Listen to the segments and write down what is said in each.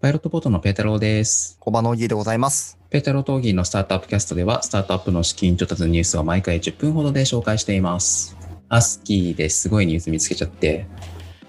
パイロットボートのペータローです。小場の家でございます。ペータロー討議のスタートアップキャストでは、スタートアップの資金調達のニュースを毎回10分ほどで紹介しています。アスキーですごいニュース見つけちゃって、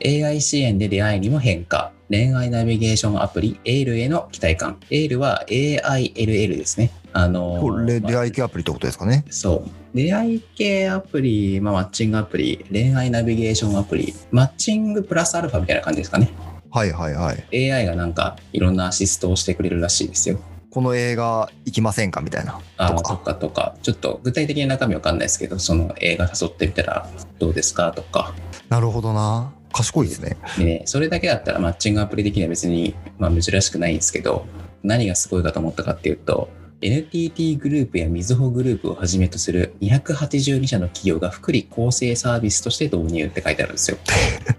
AI 支援で出会いにも変化。恋愛ナビゲーションアプリ、エールへの期待感。エールは AILL ですね。あのーこれ、まあ出会い系アプリってことですかね。そう。出会い系アプリ、まあ、マッチングアプリ、恋愛ナビゲーションアプリ、マッチングプラスアルファみたいな感じですかね。はいはいはい。 AI がなんかいろんなアシストをしてくれるらしいですよ。この映画行きませんかみたいな。あとあ、かとかとか、ちょっと具体的な中身わかんないですけど、その映画誘ってみたらどうですかとか、なるほどな。賢いですね。でね、それだけだったらマッチングアプリ的には別に、まあ、珍しくないんですけど、何がすごいかと思ったかっていうと、NTT グループやみずほグループをはじめとする282社の企業が福利厚生サービスとして導入って書いてあるんですよ。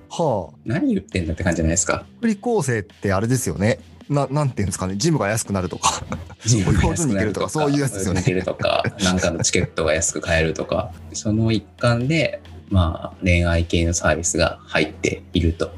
はあ。何言ってんだって感じじゃないですか。福利厚生ってあれですよね。な、なんていうんですかね。ジムが安くなるとか。人こういうことに行けるとかそういうやつですよねけると か、なんかのチケットが安く買えるとか、その一環で、まあ、恋愛系のサービスが入っていると。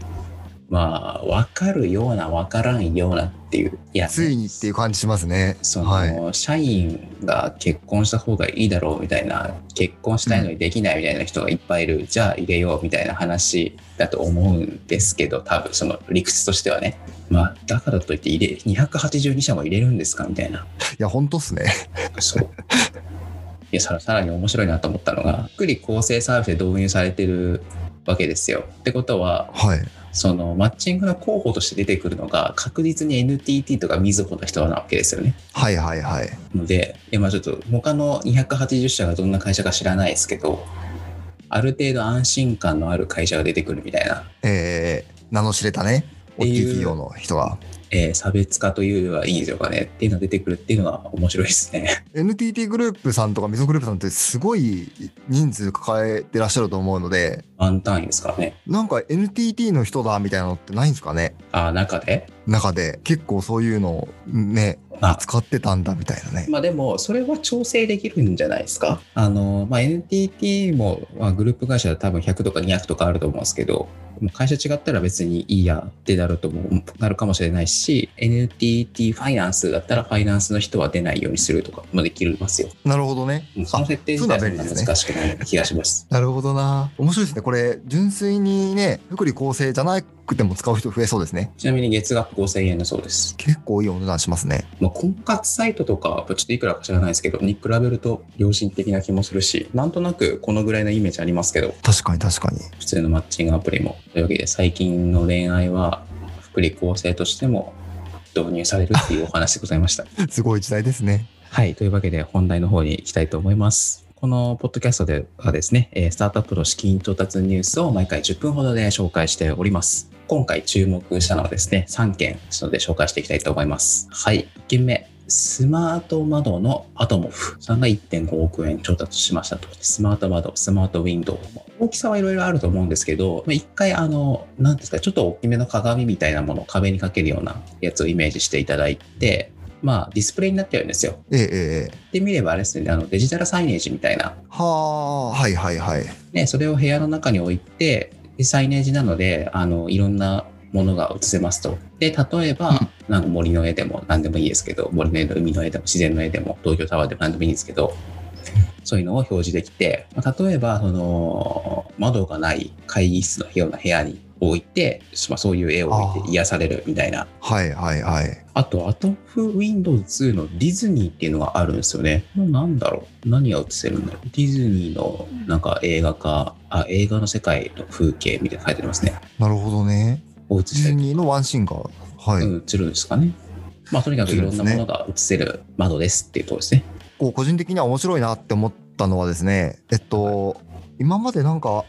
まあ、わかるような、わからんようなっていう。いや、ついにっていう感じしますね。その、はい。社員が結婚した方がいいだろうみたいな、結婚したいのにできないみたいな人がいっぱいいる、じゃあ入れようみたいな話だと思うんですけど、多分その理屈としてはね。まあ、だからといって入れ、282社も入れるんですかみたいな。いや、本当っすね。そう。いやさらさらに面白いなと思ったのが、福利厚生サービスで導入されてるわけですよ。ってことは、はい。そのマッチングの候補として出てくるのが、確実に NTT とかみずほの人なわけですよね。はいはいはい。ので、いやまあちょっと他の280社がどんな会社か知らないですけど、ある程度安心感のある会社が出てくるみたいな、えー、名の知れたね。て大きいいう企業の人が。えー差別化というよりはいいですよかねっていうのが出てくるっていうのは面白いですね。 NTT グループさんとかみそグループさんってすごい人数抱えてらっしゃると思うので、満単位ですからね。なんか NTT の人だみたいなのってないんですかねあー中で中で結構そういうのをねまあ使ってたんだみたいなねまあでも、それは調整できるんじゃないですか。あの、まあ、NTT も、まあ、グループ会社で多分100とか200とかあると思うんですけど、もう会社違ったら別にいいやってなるともなるかもしれないし、NTT ファイナンスだったらファイナンスの人は出ないようにするとかもできますよ。なるほどねうんそのあ設定自体そういうのは便利ですはね難しくない気がします。なるほどな面白いですねこれ純粋にね福利厚生じゃなくても使う人増えそうですねちなみに月額5000円だそうです。結構いいお値段しますねまあ、婚活サイトとか、ちょっといくらか知らないですけど、に比べると良心的な気もするし、なんとなくこのぐらいのイメージありますけど、確かに確かに普通のマッチングアプリも。というわけで、最近の恋愛は福利厚生としても導入されるっていうお話でございました。すごい時代ですねはい。というわけで、本題の方に行きたいと思います。このポッドキャストではですね、えースタートアップの資金調達ニュースを毎回10分ほどで紹介しております。今回注目したのはですね、3件ですので紹介していきたいと思います。はい。1件目。スマート窓のアトモフさんが1.5億円調達しましたと。スマート窓、スマートウィンドウ。大きさはいろいろあると思うんですけど、まあ一回あの、なんですか、ちょっと大きめの鏡みたいなものを壁にかけるようなやつをイメージしていただいて、まあディスプレイになっちゃうんですよ。ええええええ言ってみればあれですね、あのデジタルサイネージみたいな、はあはいはいはいね、それを部屋の中に置いて、でサイネージなので、あの、いろんなものが映せますと。で、例えば、なんか森の絵でも何でもいいですけど、森の絵でも海の絵でも自然の絵でも、東京タワーでも何でもいいんですけど、そういうのを表示できて、まあ例えば、その、窓がない会議室のような部屋に置いて、まあそういう絵を置いて癒されるみたいなはいはいはいあと、アトフ Windows 2のディズニーっていうのがあるんですよね。もうなんだろう何が映せるんだろうディズニーのなんか映画か、あ、映画の世界の風景みたいなの書いてありますね。なるほどねを映デしィたズり、ニーのワンシーンがはい、うん、映るんですかね。まあ、とにかくいろんなものが映せる窓ですっていうところですね。こう個人的には面白いなって思ったのはですねえっと、今までなんか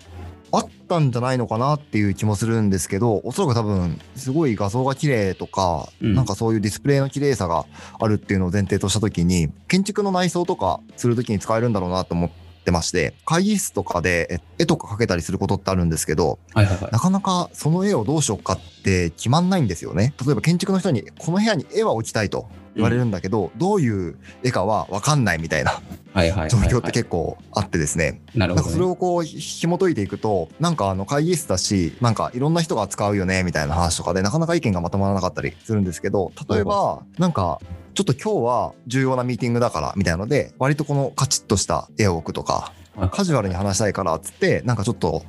あったんじゃないのかなっていう気もするんですけどおそらく多分すごい画像が綺麗とか、うんなんかそういうディスプレイの綺麗さがあるっていうのを前提とした時に建築の内装とかする時に使えるんだろうなと思ってまして会議室とかでえ絵とか描けたりすることってあるんですけどはいはいはい。なかなかその絵をどうしようかって決まんないんですよね。例えば建築の人にこの部屋に絵は置きたいと。言われるんだけど、どういう絵かは分かんないみたいなはいはいはいはい。状況って結構あってですね、なるなんほかどそれね。をこうひ紐解いていくとなんかあの会議室だしなんかいろんな人が使うよねみたいな話とかでなかなか意見がまとまらなかったりするんですけど例えばなんかちょっと今日は重要なミーティングだからみたいなので割とこのカチッとした絵を置くとかはいカジュアルに話したいからっつってなんかちょっと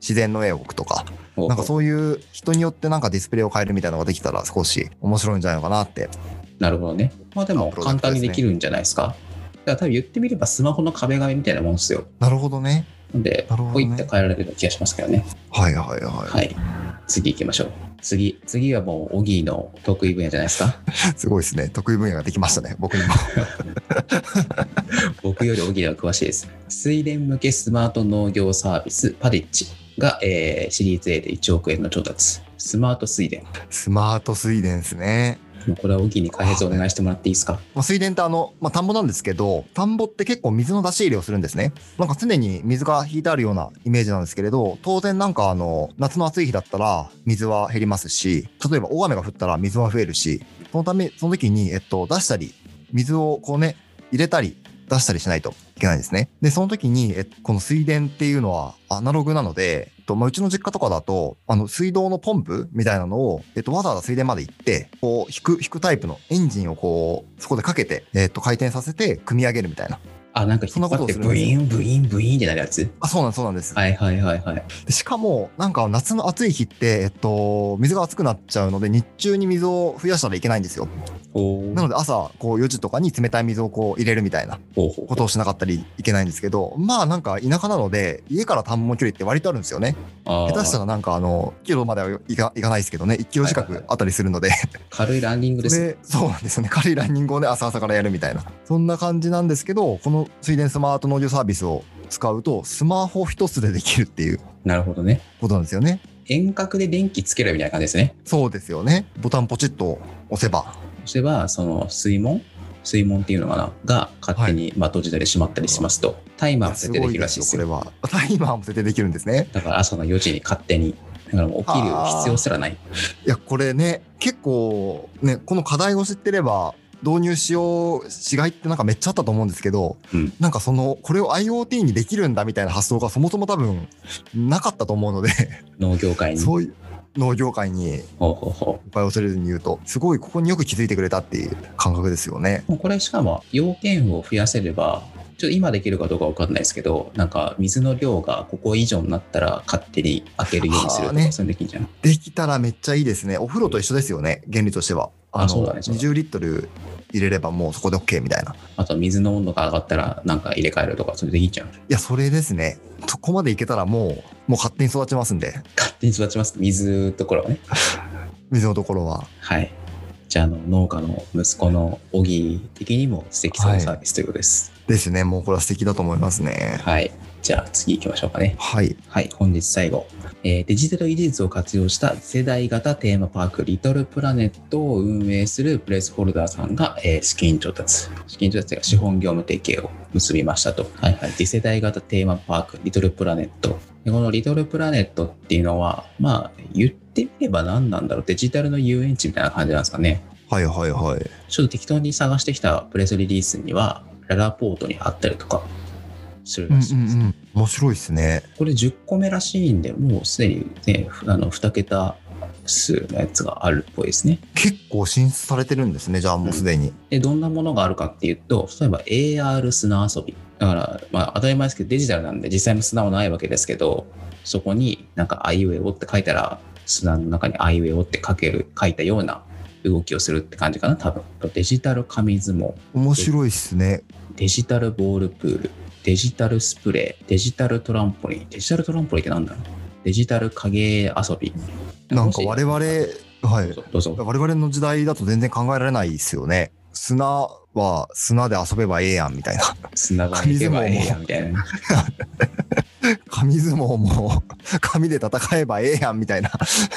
自然の絵を置くとかほうなんかそういう人によってなんかディスプレイを変えるみたいなのができたら少し面白いんじゃないのかなってなるほどね。まあでもプロダ簡クト単でにすねできるんじゃないですか。だから多分言ってみればスマホの壁紙みたいなもんですよ。なるほどねなんで、なるほポどイってね変えられるような気がしますけどね。はいはいはい、はい。次行きましょう。次。次はもう、オギーの得意分野じゃないですか。すごいですね得意分野ができましたね僕 にも僕よりオギーは詳しいです。水田向けスマート農業サービス、パディッチが、えーシリーズ A で1億円の調達。スマート水田。スマート水田ですねもうこれはオギーに開発お願いしてもらっていいですか。まあ、水田ってあの、まあ、田んぼなんですけど、田んぼって結構水の出し入れをするんですね。なんか常に水が引いてあるようなイメージなんですけれど、当然なんかあの、夏の暑い日だったら水は減りますし、例えば大雨が降ったら水は増えるし、そのため、その時に、えっと、出したり、水をこうね、入れたり、出したりしないといけないんですね。で、その時に、えっとこの水田っていうのはアナログなので、えっとまあ、うちの実家とかだと、あの、水道のポンプみたいなのを、えっと、わざわざ水田まで行って、こう、引く、引くタイプのエンジンをこう、そこでかけて、えっと、回転させて、組み上げるみたいな。あ、なんか引っ張って、ブイーン、ブイーン、ブイーンってなるやつ。あ、そうなんです、そうなんです。はいはいはいはい。でしかも、なんか夏の暑い日って、えっと、水が熱くなっちゃうので、日中に水を増やしたらいけないんですよ。ほうなので、朝、こう、4時とかに冷たい水をこう、入れるみたいな。ほうほうことをしなかったりいけないんですけど、まあなんか田舎なので、家から田んぼの距離って割とあるんですよね。あー下手したらなんかあの、1キロまではいかいかないですけどね、1キロ近はいはいくあったりするので、軽いランニングです。でそうなんですよね、軽いランニングをね、朝朝からやるみたいな。そんな感じなんですけど、この水田スマート農業サービスを使うと、スマホ一つでできるっていうなるほどね。ことなんですよね。遠隔で電気つけるみたいな感じですね。そうですよね。ボタンポチッと押せば。そしては、その水門水門っていうのかなが勝手に、まあ、閉じたり閉まったりしますと、タイマーを設定できるらしいですこれよ。は。タイマーも設定できるんですね。だから朝の4時に勝手に、だからもう起きる必要すらない。いや、これね、結構、ね、この課題を知ってれば、導入しよう、しがいってなんかめっちゃあったと思うんですけど、うんなんかその、これを IoT にできるんだみたいな発想がそもそも多分なかったと思うので、農業界に。ほうそういう農業界にいっほうほぱい恐れずに言うと、すごいここによく気づいてくれたっていう感覚ですよね。う。もうこれしかも、要件を増やせれば、ちょっと今できるかどうかわかんないですけど、なんか水の量がここ以上になったら勝手に開けるようにするとあーか、ねそれできるんじゃないできたらめっちゃいいですね。お風呂と一緒ですよね、原理としては。あそうだねそうだね20リットル入れればもうそこで OK みたいな。あと水の温度が上がったらなんか入れ替えるとか、それできちゃう。いや、それですね。そこまでいけたらもう、もう勝手に育ちますんで、勝手に育ちます。水ところはね。水のところは。はい。じゃあ、あの、農家の息子の小木的にも素敵そうなサービスということです。ですね。もうこれは素敵だと思いますね。はい。じゃあ、次行きましょうかね。はい。はい。本日最後。えーデジタル技術を活用した次世代型テーマパーク、リトルプラネットを運営するプレスホルダーさんが、えー資金調達。資金調達が資本業務提携を結びましたと。はいはい。次世代型テーマパーク、リトルプラネット。でこのリトルプラネットっていうのは、まあ、言ってみれば何なんだろう。デジタルの遊園地みたいな感じなんですかね。はいはいはい。ちょっと適当に探してきたプレスリリースには、ララポートにあったりとかするうんうらしいです。んうん。面白いですね。これ10個目らしいんで、もうすでにね、ふあの2桁数のやつがあるっぽいですね。結構進出されてるんですね。じゃあもうすでに。で、どんなものがあるかっていうと、例えば AR 砂遊び。だから、まあ当たり前ですけど、デジタルなんで実際の砂はないわけですけど、そこになんかアイウェオって書いたら、砂の中にアイウェオって書ける、書いたような動きをするって感じかな、多分。デジタル紙相撲。面白いですね。デジタルボールプール、デジタルスプレー、デジタルトランポリン。デジタルトランポリンってなんだろうデジタル影遊び。なんか我々、もしはい。どうぞ。我々の時代だと全然考えられないですよね。砂は砂で遊べばええやんみたいな。 砂場に行けばええやみたいな。紙相撲も 紙で戦えばええやんみたいな。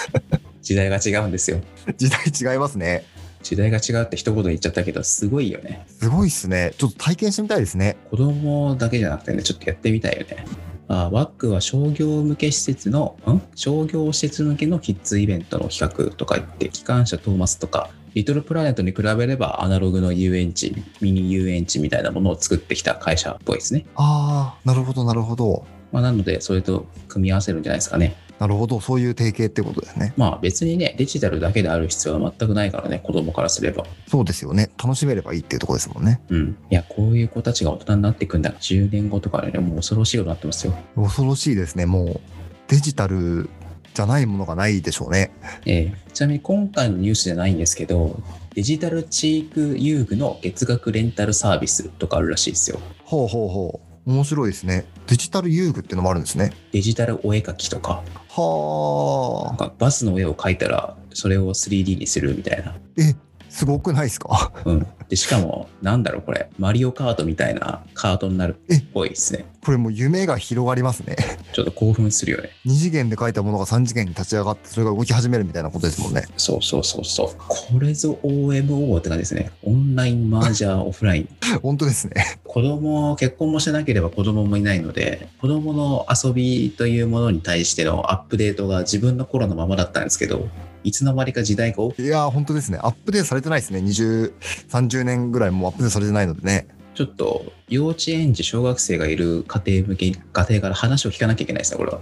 時代が違うんですよ。時代違いますね。時代が違うって一言言っちゃったけど、すごいよね。すごいですね。ちょっと体験してみたいですね。子供だけじゃなくてね、ちょっとやってみたいよね。あワックは商業向け施設の、ん商業施設向けのキッズイベントの企画とか言って、機関車トーマスとか、リトルプラネットに比べればアナログの遊園地、ミニ遊園地みたいなものを作ってきた会社っぽいですね。ああ、なるほど、なるほど。まあ、なので、それと組み合わせるんじゃないですかね。なるほど、そういう提携ってことですね。まあ別にね、デジタルだけである必要は全くないからね、子供からすれば。そうですよね。楽しめればいいっていうところですもんね。うん。いや、こういう子たちが大人になっていくんだ。10年後とかね、もう恐ろしいようになってますよ。恐ろしいですね。もう、デジタルじゃないものがないでしょうね。えーちなみに今回のニュースじゃないんですけど、デジタル地域遊具の月額レンタルサービスとかあるらしいですよ。ほうほうほう。面白いですね。デジタル遊具っていうのもあるんですね。デジタルお絵描きとか、なんはあ。かバスの絵を描いたら、それを 3D にするみたいな。え、すごくないですか うん。で、しかも、なんだろうこれ、マリオカートみたいなカートになるっぽいですね。これもう夢が広がりますね。ちょっと興奮するよね。 2次元で書いたものが3次元に立ち上がって、それが動き始めるみたいなことですもんね。そうそうそうそう。これぞ OMO って感じですね。オンラインマージャーオフライン。本当ですね。子供、結婚もしてなければ子供もいないので、子供の遊びというものに対してのアップデートが自分の頃のままだったんですけど、いつの間にか時代が大きいやー、本当ですね。アップデートされてないですね。20、30年ぐらいもうアップデートされてないのでね。ちょっと幼稚園児、小学生がいる家庭向け、家庭から話を聞かなきゃいけないですね、これは。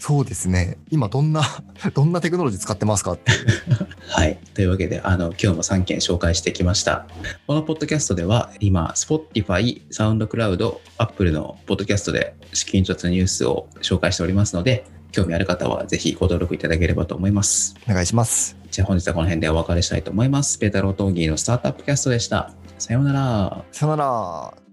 そうですね。今どんな、どんなテクノロジー使ってますかって。はい。というわけで、あの、今日も3件紹介してきました。このポッドキャストでは、今、Spotify、SoundCloud、Apple のポッドキャストで資金調達のニュースを紹介しておりますので、興味ある方はぜひご登録いただければと思います。お願いします。じゃあ本日はこの辺でお別れしたいと思います。ペータロー・トーギーのスタートアップキャストでした。さようなら。さよなら。